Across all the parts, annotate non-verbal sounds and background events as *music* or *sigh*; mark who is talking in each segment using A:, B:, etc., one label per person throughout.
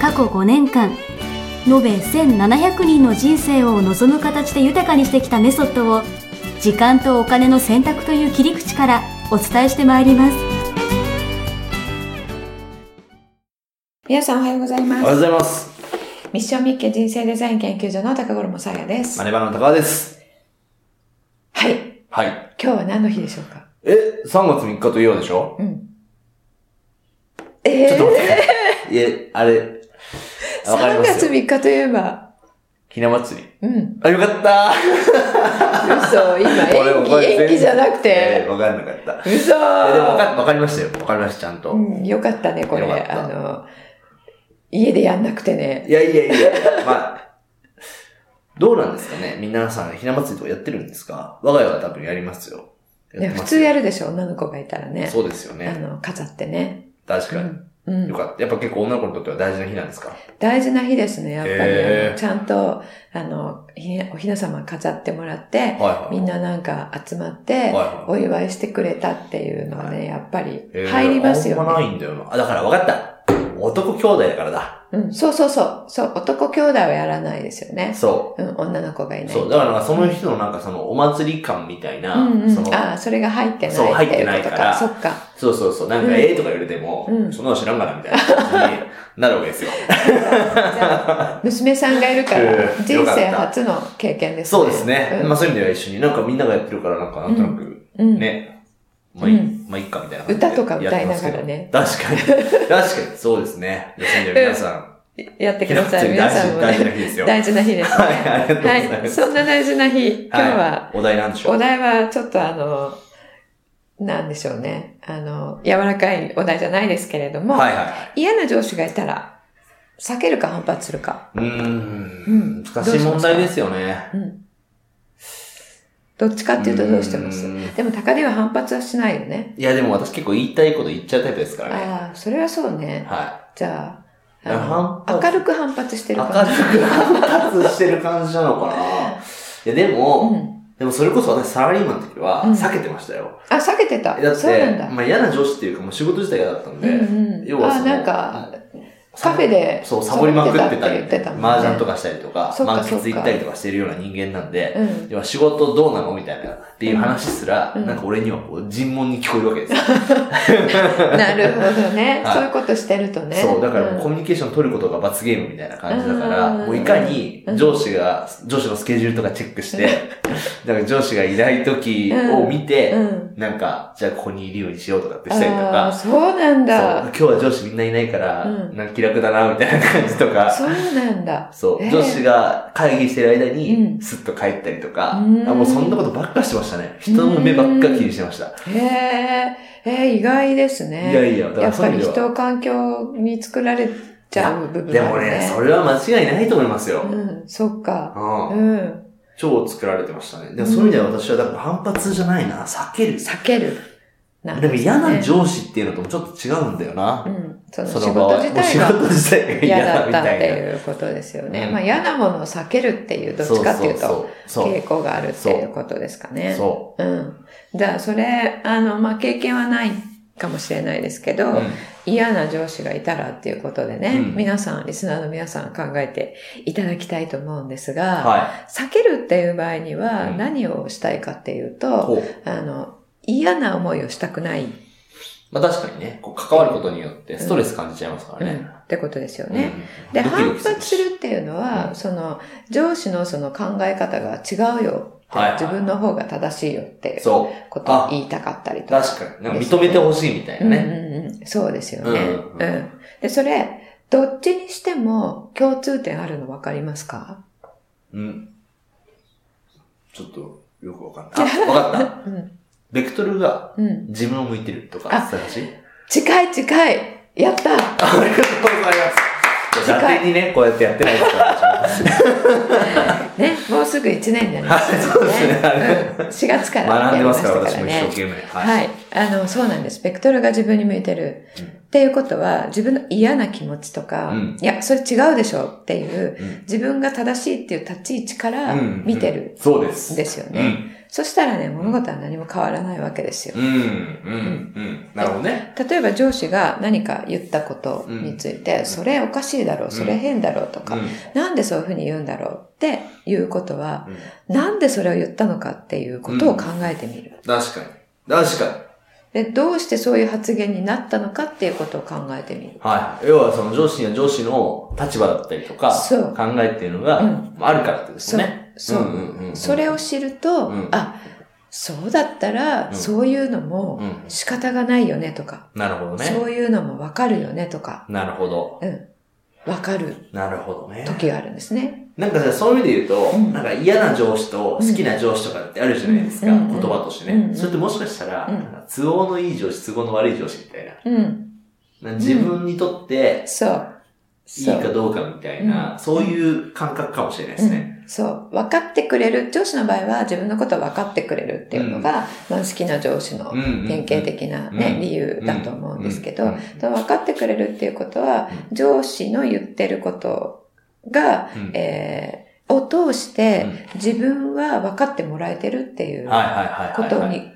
A: 過去5年間延べ1700人の人生を望む形で豊かにしてきたメソッドを時間とお金の選択という切り口からお伝えしてまいります
B: 皆さんおはようございま
C: おは
B: す。
C: ようございます。
B: ミッションミッケ人生デザイン研究所の高頃もさやです。
C: マ
B: はい。
C: ネバナの高田です。
B: 今
C: はい。
B: 日は何の日でしょうか
C: え、3月3日といえばでしょ
B: うん。
C: ちょ
B: え
C: っと待って。いえ、あれ。
B: ー、
C: わかり
B: 3
C: ます
B: 月
C: よ。
B: 3日といえば、
C: ひな祭り。
B: うん。
C: あ、よかった
B: 嘘、今、
C: ー俺
B: 延
C: も *laughs* こ
B: 期、
C: れ全
B: 延期じゃなく
C: え
B: て
C: ー、。わかんなかっ
B: 嘘
C: た。え、でもわかわかりましたよ。わかりました、ちゃんと。
B: うん、よかったね、これ。
C: よかった
B: あの、家でやんなくてね。
C: いやいやい *laughs* や、まあ。どうなんですかね皆さん、ひな祭りとかやってるんですか我が家は多分やりますよ。
B: ね
C: って
B: 普
C: ます
B: 通
C: よ
B: やるでしょ、女の子がいたらね。
C: そうですよ
B: あ
C: ね。
B: の、飾ってね。
C: 確かに。
B: うん。うん
C: よかった。やっぱ結構女の子にとっては大事な日なんですか
B: 大事な日ですね、やっぱり。
C: へー
B: あのちゃんと、あの、ひおひな様飾ってもらって、
C: はいはい。
B: みんななんか集まって、
C: はいはい
B: お祝いしてくれたっていうのは
C: は
B: ね、やっぱり
C: えー
B: 入りますよ
C: あんまな
B: ね。
C: いんだよな。あ、だから分かった。男兄弟だからだ。
B: うん、そうそうそう。そう、男兄弟はやらないですよね。
C: そ。
B: うん、女の子がいうない。
C: そう。だからなんかその人のなんかそのお祭り感みたいな、
B: うんう
C: その
B: ん。ああ、それが入ってない
C: そう入って
B: いう
C: ない
B: こと
C: から
B: そっ
C: *laughs*
B: か。
C: そうそうそう。なん
B: うん
C: かええとか言われても、
B: うん
C: そんなの知らんがなみたいな感じになるわけですよ。
B: じゃあ娘さんがいるから、
C: えー
B: 人
C: よかっ
B: 生
C: た
B: 初の経験ですね。
C: *laughs* そうですね。
B: うん
C: まあそういう意味では一緒に、なんかみんながやってるからなんかなんとなく、
B: うん
C: ね、まあいい、
B: うん
C: まあいっかみたいな感じで
B: 歌とか歌いながらね。
C: やってますけど。確かに。確かに。そうですね。じゃあそういう意味では皆さん、
B: やってください。
C: ひ
B: 皆
C: な
B: さ
C: 祭
B: ん
C: り
B: も
C: 大事大事な
B: ね。
C: 日ですよ。
B: 大事な日ですね。
C: はいありがとうございます
B: そんな大事な日、今日は、
C: い、お題なんでしょ
B: お
C: う
B: 題はちょっとあの、なんでしょうね。あの、柔らかいお題じゃないですけれども、
C: はいはいはい。
B: 嫌な上司がいたら、避けるか反発するか。
C: うーん
B: うん
C: 難しい問題ですよね。
B: うん。どっちかっていうとどうしてます
C: うん
B: でも高値は反発はしないよね。
C: いや、でも私結構言いたいこと言っちゃうタイプですからね。
B: ああ、それはそうね。
C: は
B: じゃあ、
C: いや
B: あの
C: 反発
B: 明るく反発し
C: い。
B: てる
C: 明るく
B: か
C: 反発してる感じなのかな。いや、で
B: な。う
C: も、
B: ん。
C: でもそれこそ私サラリーマンの時は
B: うん
C: 避けてましたよ。
B: あ、避けてた。
C: だっ
B: そうなん
C: て
B: だ、。
C: まあ嫌な上司っていうかもう仕事自体嫌だったん
B: う
C: で、
B: んうん。
C: 要は
B: あー
C: その、
B: なんか、
C: サ
B: カ
C: ボ
B: フェで、
C: そう、サボりまくって
B: サボ
C: た
B: って
C: り
B: 言ってたもん、ね。
C: 麻雀とかしたりとか
B: そ、っか
C: 満
B: そっか
C: 喫行ったりとかしてるような人間なんで、
B: うん。
C: 要は仕事どうなのみたいなっていう話すら、
B: うん
C: なんか俺にはこう尋問に聞こえるわけですよ
B: なるほどね、
C: はい
B: そういうことしてるとね。
C: そう、だからもうコ
B: ん
C: ミュニケーション取ることが罰ゲームみたいな感じだから、
B: うん
C: もういかに上司が、上司のスケジュールとかチェックして、だから上司がいない時を見て、
B: うん。
C: なんか、じゃあここにいるようにしようとかってしたりと
B: ああ、
C: か、
B: そうなん
C: そう
B: だ
C: 今。日は上司みんないないから、
B: うん
C: なんか気楽だな、みたいな感じとか、
B: そうなんだ。
C: そう、
B: ええ
C: 上司が会議してる間
B: う
C: に、
B: ん
C: スッと帰ったりとか、
B: うん
C: あもうそんなことばっかしてましたね。人の目ばっか気にしてました。
B: へえ、ええ意外ですね。
C: いやいや、だか
B: や
C: ら
B: っ
C: そう
B: ぱ
C: いう意
B: り
C: 味では。
B: 人、環境に作られちゃう部分
C: でもね、それは間違いないと思いますよ。
B: うん、そっか。
C: う
B: う
C: ん
B: ん。
C: 超作られてましたね。でもそういう意味では私はだから反発じゃないな、避ける。
B: 避ける。
C: でも嫌な
B: 司。
C: 上司っていうのともちょっと違うんだよな
B: う。ん。その仕
C: その場
B: 事
C: 合。
B: 自
C: もう
B: 体
C: 仕
B: が
C: 事自体が嫌
B: 嫌
C: だ
B: だっ
C: み
B: たったて
C: い
B: いうことですよ
C: う
B: ね。
C: ん
B: まあ嫌なものを避けるっていう、ど
C: な。
B: っちかっていうと、
C: そうそう
B: 傾向があるっていうことですか
C: そう。
B: ね。
C: そ
B: うん。じゃあ、それ、あの、まあ、経験はないかもしれないですけど、
C: う。うん
B: 嫌な上司がいたらっていうことでね、
C: うん
B: 皆さん、リスナーの皆さん考えていただきたいと思うんですが、
C: は
B: 避けるっていう場合には
C: うん
B: 何をしたいかっていう
C: い。
B: と、
C: こう。
B: あの、嫌な思いをしたくない、
C: まあ確かにね、こう関わることによってストレス感じちゃいますから
B: うん
C: ね。
B: ってことですよ
C: うん
B: ね。で、
C: ドキド
B: 反
C: キる
B: 発するっていうのは、
C: うん
B: その、上司のその考え方が違うよって、
C: はいはい
B: 自分の方が正しいよっていう
C: そ
B: ことを
C: あ
B: 言いたかったり
C: う。
B: とか。
C: 確かに。なんか認めてほしいみたいな
B: うん
C: ね。
B: うんうん、そうですよね。
C: うんうん
B: う
C: うん
B: ん。で、それ、どっちにしても共通点あるの分かりますか
C: うん。ちょっと、よくわかん
B: *laughs*
C: ない。あ、わかった。
B: うん。
C: ベクトルが
B: うん。
C: 自分を向いてるとか、
B: あ
C: そういう話
B: 近い近いやった
C: ありがとうございます。じゃあ、
B: 次回
C: 伊達にね、こうやってやってないですから、私も
B: ね、もうすぐ1年になりますからね。
C: はいそうですね
B: うん4月から
C: 学んでますから、
B: やり
C: 私も一生懸命。はい。
B: はい。あの、そうなんです。ベクトルが自分に向いてる。
C: うん
B: っていうことは、自分の嫌な気持ちとか、
C: うん
B: いや、それ違うでしょっていう、
C: うん
B: 自分が正しいっていう立ち位置から
C: うん
B: 見てる
C: そうで
B: ん
C: す。
B: ですよ
C: う
B: ね。
C: ん。
B: そしたらね、物事は何も変わらないわけですよ
C: う。ん。うん。うん。なるほどね。
B: 例えば上司が何か言ったことについて、それおかしいだろう、それ変だろうと
C: う
B: か、
C: ん。
B: なんでそういうふうに言うんだろうっていうことは、
C: うん
B: なんでそれを言ったのかっていうことを考えてみる。
C: 確かに。確かに。
B: で、どうしてそういう発言になったのかっていうことを考えてみる。
C: はい。要はその上司には上司の立場だったりとか、
B: そう
C: 考えっていうのが
B: うん
C: あるからってことですね。
B: そう。
C: んんんん
B: それを、知ると、
C: うん
B: あ、そうだったら、
C: うん
B: そういうの
C: う
B: も
C: ん。
B: 仕方がないよねとか、
C: なるほどね。
B: そういうのもわかるよねとか、
C: なるほど。
B: うん、わかる
C: なるほどね。
B: 時があるんですね。
C: なんかじゃあそういう意味で言うと、
B: うん
C: なんか嫌な上司と好きな上司とかってあるじゃないですか。
B: うん
C: 言葉としてね。
B: うん
C: それってもしかしたら、
B: うん
C: なんか都合のいい上司、都合の悪い上司みたいな。
B: うん、
C: なんか自分にとって
B: そう。
C: いい
B: そう
C: かどうかみたいな、そういう感覚かもしれないですね。
B: うんそう。分かってくれる。上司の場合は自分のことを分かってくれるっていうのが、まあ好きな上司の
C: うんうんうん
B: 典型的なね、
C: うん
B: 理由だと思うんですけど、
C: うんうん
B: と分かってくれるっていうことは、上司の言ってることが、
C: うん
B: えーを通して、自分は分かってもらえてるっていう
C: はいはいはいはい。
B: ことに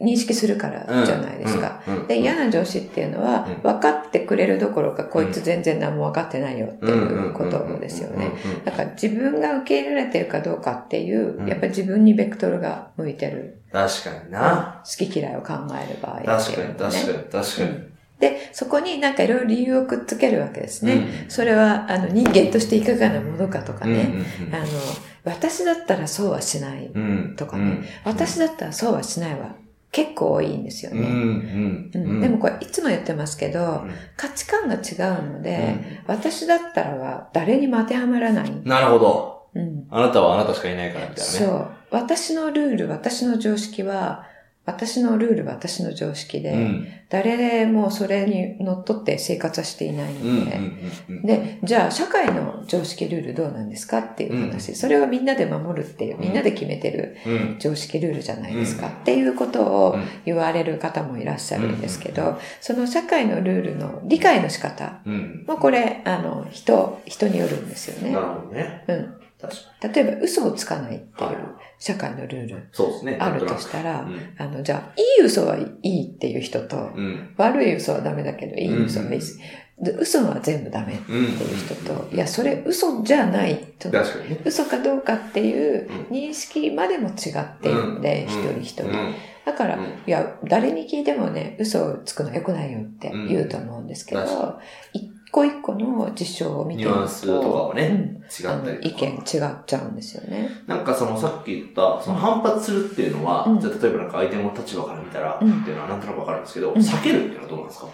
B: 認識するからじゃないですか。
C: うん。うん
B: で、嫌な上司っていうのは
C: うん、
B: 分かってくれるどころか、こ
C: う
B: い
C: ん
B: つ全然何も分かってないよっていうことですよね。。だから自分が受け入れられてるかどうかっていう、
C: うん
B: やっぱり自分にベクトルが向いてる。
C: 確かにな。
B: 好き嫌いを考える場合っ
C: 確
B: て
C: か
B: いう
C: に、
B: のはね
C: 確かに、確か
B: う
C: に。
B: んで、そこになんかいろいろ理由をくっつけるわけですね。
C: うん
B: それは、あの、人間としていかがなものかとかね。
C: うん
B: あの、私だったらそうはしない。
C: うんうん
B: とかね私だったらそうはしないは結構多いんですよ
C: うん
B: ね。
C: う
B: うん
C: うん
B: んでもこれいつも言ってますけど、価値観が違うの
C: う
B: で、
C: ん
B: 私だったらは誰にも当てはまらない。
C: なるほど。
B: うん、
C: あなたはあなたしかいないからみたいな
B: そ
C: ね。
B: う。私のルール、私の常識は、私のルール、私の常識で、
C: うん
B: 誰もそれにのっとって生活はしていないの
C: うんうん
B: で、
C: うんうん
B: で、じゃあ社会の常識ルールどうなんですかっていう話、それをみんなで守るっていう、みんなで決めてる
C: うん
B: 常識ルールじゃないですか、
C: うん
B: っていうこと
C: う
B: を
C: ん
B: 言われる方もいらっしゃるんですけ
C: うん
B: ど、その社会のルールの理解の仕方
C: うん
B: もこれ、あの、人、人によるんですよ
C: な
B: ね
C: る。ほどね。
B: うん。
C: 確か
B: 例えば嘘をつかないってい
C: はいう
B: 社会のルール
C: に。そうですね。
B: あると
C: て。
B: したら
C: う、ん
B: あの、じゃあ、いい嘘はいいっていう人と、
C: うん。
B: 悪い嘘はダメだけど、いい嘘はいいし、で嘘は全部ダメって
C: うん。
B: いう人と、いや、それ嘘じゃないと。
C: 確かにね。
B: 嘘かどうかっていう
C: う
B: 認識までも違っているので、一人一人。だから、
C: うん
B: いや、誰に聞いてもね、嘘をつくの良くないよって言うと思うんですけど、
C: うん確
B: 一個一個の事象を見て
C: ニ
B: る
C: ュアンスとかは
B: う
C: ね、
B: ん
C: 違
B: あ
C: った
B: の
C: りとか。
B: 意見違っちゃうんですよね。
C: なんかそのさっき言った、その反発するっていうのは、
B: うん
C: じゃあ例えばなんか相手の立場から見たら、
B: うん
C: っていうのはなんとなくわかるんですけど、
B: ん
C: 避けるっていうのはどうなんですか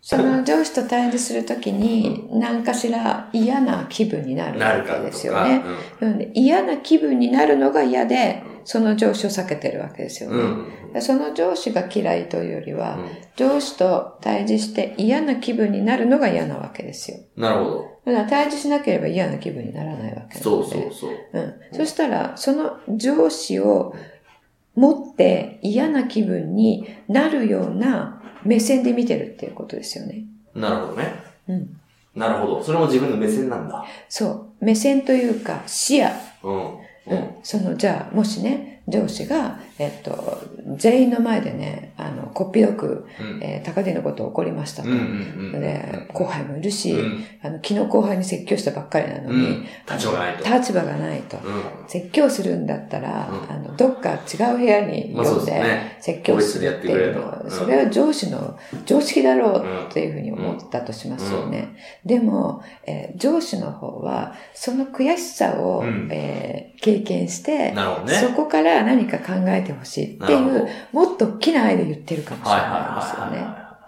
B: その上司と対峙するときに、何かしら嫌な気分になる
C: な
B: わ
C: る
B: け
C: から
B: で
C: と
B: す
C: か
B: よね。うんで嫌な気分になるのが嫌で
C: う、ん
B: その上司を避けてるわけですよ
C: うん。う
B: ね。
C: ん。
B: でその上司が嫌いというよりは、
C: う
B: 上司と対峙して嫌な気分になるのが嫌なわけですよ。
C: んなるほ
B: だ
C: ど。
B: から対峙しなければ嫌な気分にならないわけなので。
C: そうそうそう。
B: うん。そしたら、その上司を持って嫌な気分になるような目線で見てるっていうことですよね。
C: なるほどね。
B: うん。
C: なるほど。それも自分の目線なんだ。
B: そう。目線というか、視野。
C: うん。う。
B: うんん。その、じゃあ、もしね、上司が、えっと、全員の前でね、あの、こっぴどく、
C: うん。
B: えー高木のことを怒りましたと。
C: うんうんうん。
B: で、後輩もいるし、
C: うん
B: あの、昨日後輩に説教したばっかりなのに、
C: うん立場がないと
B: 立場がないと。
C: う
B: 説教するんだったら、
C: うん
B: あの、どっか違う部屋に
C: まあそ
B: 呼
C: うんです
B: で
C: ね、
B: 説教するっていうのは、
C: 個別でやってくれと
B: それは上司の常識だろうっていうふうに思ったとしますよね。でも、えー上司の方は、その悔しさを、
C: うん
B: えー経験して
C: ん。、なるほど
B: そ
C: ね。
B: こから何か考えてほしいってい
C: なるほ
B: う、もっと大きな愛で言ってるかもしれ
C: はい
B: ないですよ
C: はいはい
B: ね。
C: は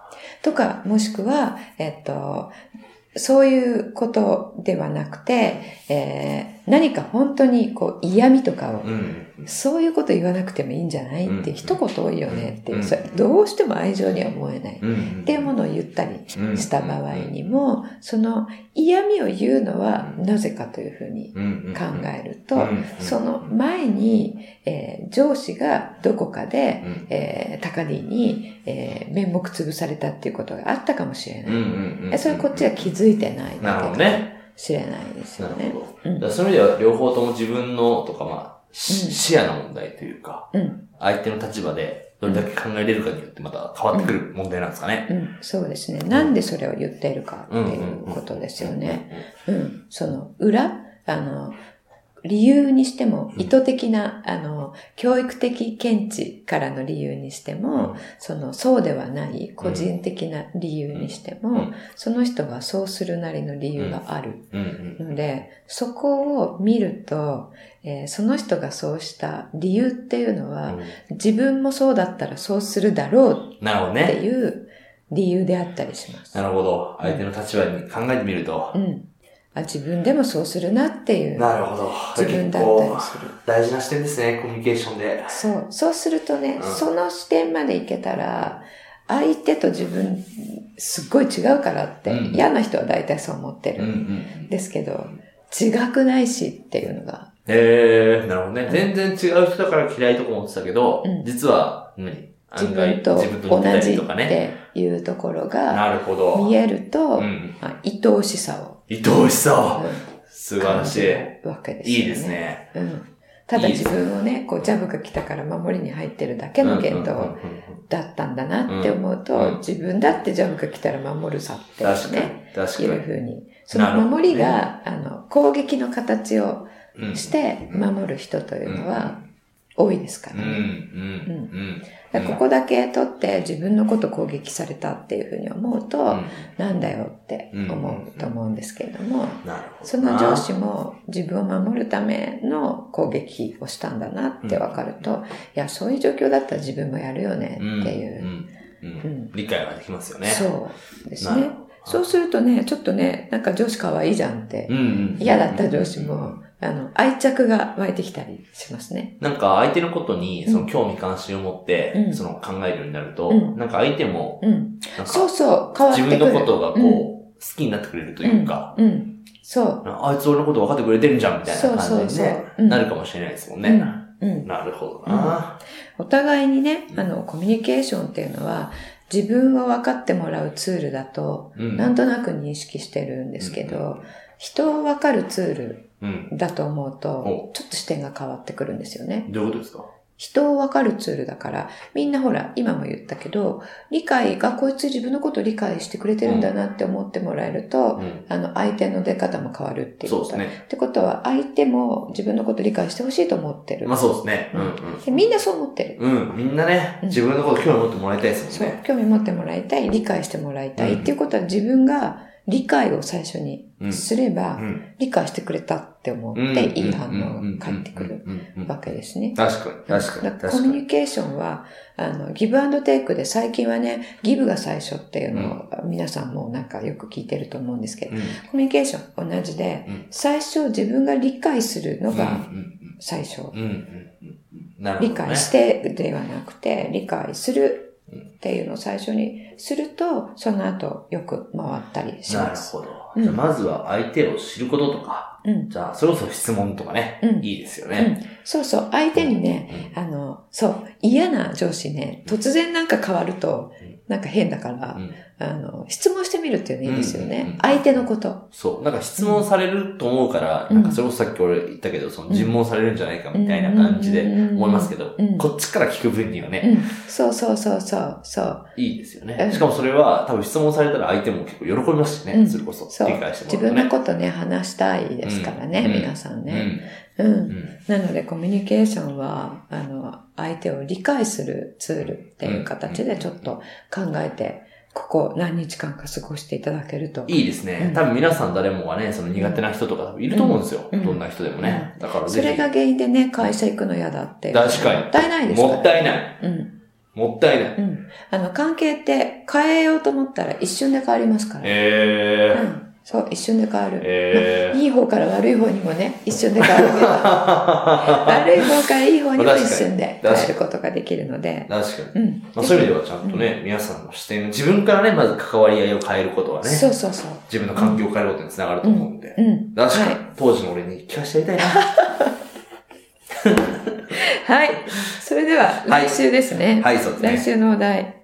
B: とか、もしくは、えっと、そういうことではなくて、えー何か本当にこう嫌味とかを、
C: うん。
B: そういうこと言わなくてもいいんじゃない
C: うん
B: って一言多いよねっていうう、
C: ん
B: それどうしても愛情には思えない。っ
C: うん。
B: ていうものを言ったり
C: うん
B: した場合にも、その嫌味を言うのはなぜかというふうに
C: うん、
B: 考
C: え
B: えると、その前に、えー上司がどこかで、えー、高利に、えー面目潰されたっていうことがあったかもしれない。えそれこっちが気づいてない
C: なるほど
B: だけかも
C: ね。
B: しれないです
C: な
B: よ
C: る
B: ね。
C: ほ
B: う
C: ど。だ
B: ん
C: からそういう意味では両方とも自分のとか、まあ、
B: うん
C: し視野の問題というか、
B: うん、
C: 相手の立場でどれだけ考えれるかによってまた変わってくる問題なんですかね。
B: うん、そうですね。なんでそれを言っているかって
C: うん
B: いうことですよね。。うん、その裏、あの、理由にしても、
C: うん
B: 意図的な、あの、教育的見地からの理由にしても、その、そうではない個人的な理由にしても、
C: うん
B: その人がそうするなりの理由がある
C: うんうん
B: ので、そこを見ると、えーその人がそうした理由っていうのは、自分もそうだったらそうするだろう
C: なるほど
B: って
C: ね。
B: いう理由であったりします。
C: なるほど。相手の立場に考えてみると
B: う。ん。あ、自分でもそうするなっていう。
C: なるほど。
B: 自分だったりする。
C: 大事な視点ですね、コミュニケーションで。
B: そう。そうするとね、
C: うん
B: その視点までいけたら、相手と自分、すっごい違うからって、
C: うん
B: 嫌な人は大体そう思って
C: うんう
B: る。
C: ん。
B: ですけど、違くないしっていうのが、
C: えー、なるほどね。全然違う人だから嫌いとか思ってたけど、
B: うん
C: 実は、何
B: 自分と
C: 案外自分と
B: 同
C: 似た
B: じ
C: りとか
B: っ
C: ね。
B: ていうところが
C: なるほど。
B: 見えると、
C: うん。
B: まあ、愛おしさを
C: 愛おしさを
B: うん
C: 素晴らしい。
B: るわけですよ
C: いいです。ね。
B: うん。ただ自分をね、こう、ジャブが来たから守りに入ってるだけ
C: 手
B: の言動だったんだなって思うと、
C: うんうん
B: 自分だってジャブが来たら守るさって
C: 確かに
B: ね、。
C: 確か
B: い
C: に。
B: うふうに。そ
C: なる
B: の
C: ほど
B: 守りが、あの、攻撃の形を
C: うん
B: して守る人というのは多いですか
C: う
B: ら
C: ん、う
B: ね。
C: ん、う
B: だ
C: ん。
B: からここだけ取って自分のこと攻撃されたっていうふうに思うと、なんだよって思うと思うんですけれども、
C: うん、なるほど。
B: その上司も自分を守るための攻撃をしたんだなって分かると、いや、そういう状況だったら自分もやるよねっていう。
C: うん。うん。う
B: うんん
C: 理解ができますよね。
B: そうです
C: なる
B: ね
C: ほ。ど
B: そうするとね、ちょっとね、なんか上司可愛いじゃんって
C: う、んうん。
B: 嫌だった上司も、あの、愛着が湧いてきたりしますね。
C: なんか相手のことに、その興味関心を持って、
B: うん
C: その考えるようになると、
B: うん
C: なんか相手も、
B: うん。
C: なん
B: そう
C: か
B: そう、変わっ
C: 自
B: てくる。
C: 分のことがこう、好きになってくれるというか、
B: うん、うん。そう。
C: なんかあいつ俺のこと分かってくれてるじゃんみたいな感じで
B: そうそう
C: ね
B: そううん
C: なるかもしれないですもんね。
B: うん。うん。
C: なるほどな、
B: お互いにね、あの、コミュニケーションっていうのは、自分を分かってもらうツールだと、
C: うん。
B: なんとなく認識してるんですけど、人を分かるツール
C: うん。
B: だと思う
C: お
B: と、ちょっと視点が変わってくるんですよね。
C: どういうことですか
B: 人を分かるツールだから、みんなほら、今も言ったけど、理解が、こいつ自分のこと理解してくれてるんだなって思ってもらえると、
C: うん。
B: あの、相手の出方も変わるっていう
C: そう
B: こと
C: で
B: だ。
C: すね。
B: ってことは、相手も自分のこと理解してほしいと思ってる。
C: まあそうですね。うん
B: でみんなそう思ってる。
C: うん。うん。みんなね、
B: うん
C: 自分のこと興味持ってもらいたいです
B: そ
C: もん
B: う
C: ね。。
B: 興味持ってもらいたい、理解してもらいたい、
C: うん
B: っていうことは、自分が理解を最初に
C: うん
B: すれば、
C: うん
B: 理解してくれたって思って、いい反応が返ってくる
C: うんうんうんうん
B: わけですね。
C: 確かに、確か
B: だ
C: に、
B: からコ
C: 確か
B: ミュ
C: に。
B: ニケーションは、あの、ギブアンドテイクで最近はね、ギブが最初っていうのを皆さんもなんかよく聞いてると思うんですけど、
C: うん
B: コミュニケーション同じで、
C: うん
B: 最初自分が理解するの
C: うん
B: が
C: うん
B: 最初。
C: うんうんうんなるほど
B: 理
C: ね
B: 解してではなくて、理解するっていうのを最初にすると、その後よく回ったりし
C: な
B: ま
C: る
B: す。
C: ほど。
B: うん
C: じゃあまずは相手を知ることとか、
B: うん。
C: じゃあ、それこそ質問とかね、
B: うん
C: いいですよ
B: う
C: ね。
B: ん。そうそう。相手にね、あの、そう、嫌な上司ね、突然なんか変わると
C: うん、
B: なんか変だから、
C: うん
B: あの、質問してみるっていうのいいですよ
C: うんうんう
B: ね
C: ん。
B: 相手のこと。
C: そう。なんか質問されると思うから、
B: うん
C: なんかそれこそさっき俺言ったけど、その尋問されるんじゃないかみたいな感じで思いますけど、
B: うん
C: こっちから聞く分には
B: う
C: ね、
B: ん。そうそうそうそう。そう。
C: いいですよ
B: う
C: ね。
B: ん
C: しかもそれは多分質問されたら相手も結構喜びますしね、
B: うん
C: それこそ。
B: そう
C: 理解して
B: 自
C: もら
B: 分
C: うとね。
B: のことね、話したいですからね、
C: うん
B: 皆さんね。うん
C: うん。うん。
B: なので、コミュニケーションは、あの、相手を理解するツールっていう形でちょっと考えて、ここ何日間か過ごしていただけると。
C: いいですね
B: う。ん
C: 多分皆さん誰もがね、その苦手な人とか多分いると思うんですよ。
B: うん
C: どんな人でもね。だからぜ
B: そ
C: ひ。
B: れが原因でね、会社行くの嫌だって。
C: 確かに
B: もったいないですから。
C: もったいない。
B: うん。
C: もったいない。
B: うん。あの、関係って変えようと思ったら一瞬で変わりますから。
C: え
B: うん。
C: え
B: そう、一瞬で変わる。 *laughs*
C: え
B: いい方から悪い方にもね、一瞬で変わる
C: *laughs*
B: けど悪い方からいい方にも一瞬で変えることができるので。
C: 確かに。
B: うん。
C: まあ、そういう意味ではちゃんとね、皆さんの視点、自分からね、まず関わり合いを変えることはね、
B: そうそうそう。
C: 自分の環境を変えることにつながると思うんで。
B: うん。
C: 確かに、
B: はい
C: 当時の俺に聞かせてやりたい
B: はい。それでは、
C: はい
B: 来週ですね。
C: な。はい、そ
B: 来
C: うですね。
B: 週のお題。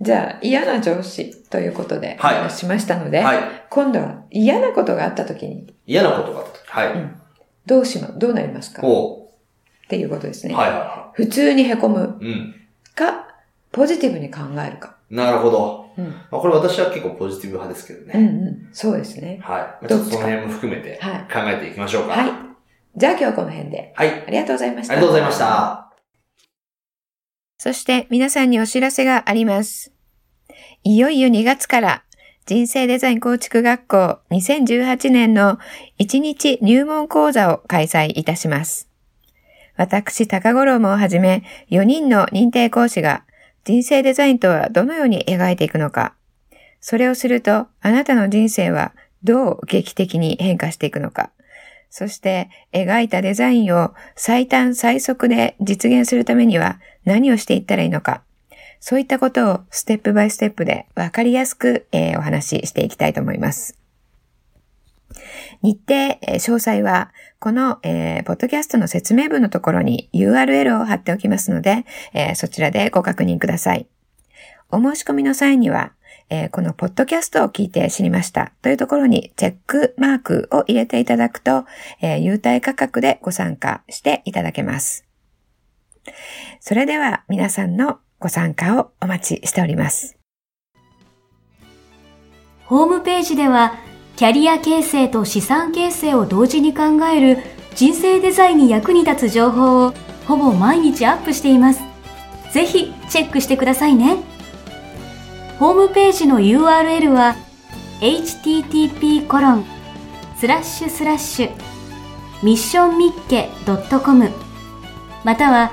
B: じゃあ、嫌な上司ということで、
C: はい
B: お話ししましたので、
C: はい。
B: 今度は嫌なことがあった時に、
C: 嫌なことがあった時。は
B: う
C: い。
B: んどうしま、どうなりますかっ
C: こ
B: ていうことです
C: う。
B: ね。
C: はいはいは
B: 普通に凹む
C: い。うん。
B: か、ポジティブに考えるか。
C: なるほど。
B: うん。
C: まあ、これ私は結構ポジティブ派ですけど
B: うん
C: ね。
B: うん。そうですね。
C: はい。まあち
B: ど
C: ょっ
B: っ
C: と
B: ちか
C: その辺も含めて
B: はい
C: 考えていきましょうか。
B: はい。じゃあ今日はこの辺で。
C: はい。
B: ありがとうございました。
C: ありがとうございまし。た。
B: そして皆さんにお知らせがあります。いよいよ2月から人生デザイン構築学校2018年の1日入門講座を開催いたします。私、高五郎もはじめ4人の認定講師が人生デザインとはどのように描いていくのか、それをするとあなたの人生はどう劇的に変化していくのか、そして描いたデザインを最短最速で実現するためには何をしていったらいいのか、そういったことをステップバイステップで分かりやすく、えーお話ししていきたいと思います。日程、えー詳細は、この、えーポッドキャストの説明文のところに URL を貼っておきますので、えーそちらでご確認ください。お申し込みの際には、えーこのポッドキャストを聞いて知りましたというところにチェックマークを入れていただくと、えー優待価格でご参加していただけます。それでは皆さんのご参加をお待ちしております。
A: ホームページでは、キャリア形成と資産形成を同時に考える人生デザインに役に立つ情報をほぼ毎日アップしています。ぜひチェックしてくださいね。ホームページの URL は http コロンスラッシュスラッシュミッションミッケ .com または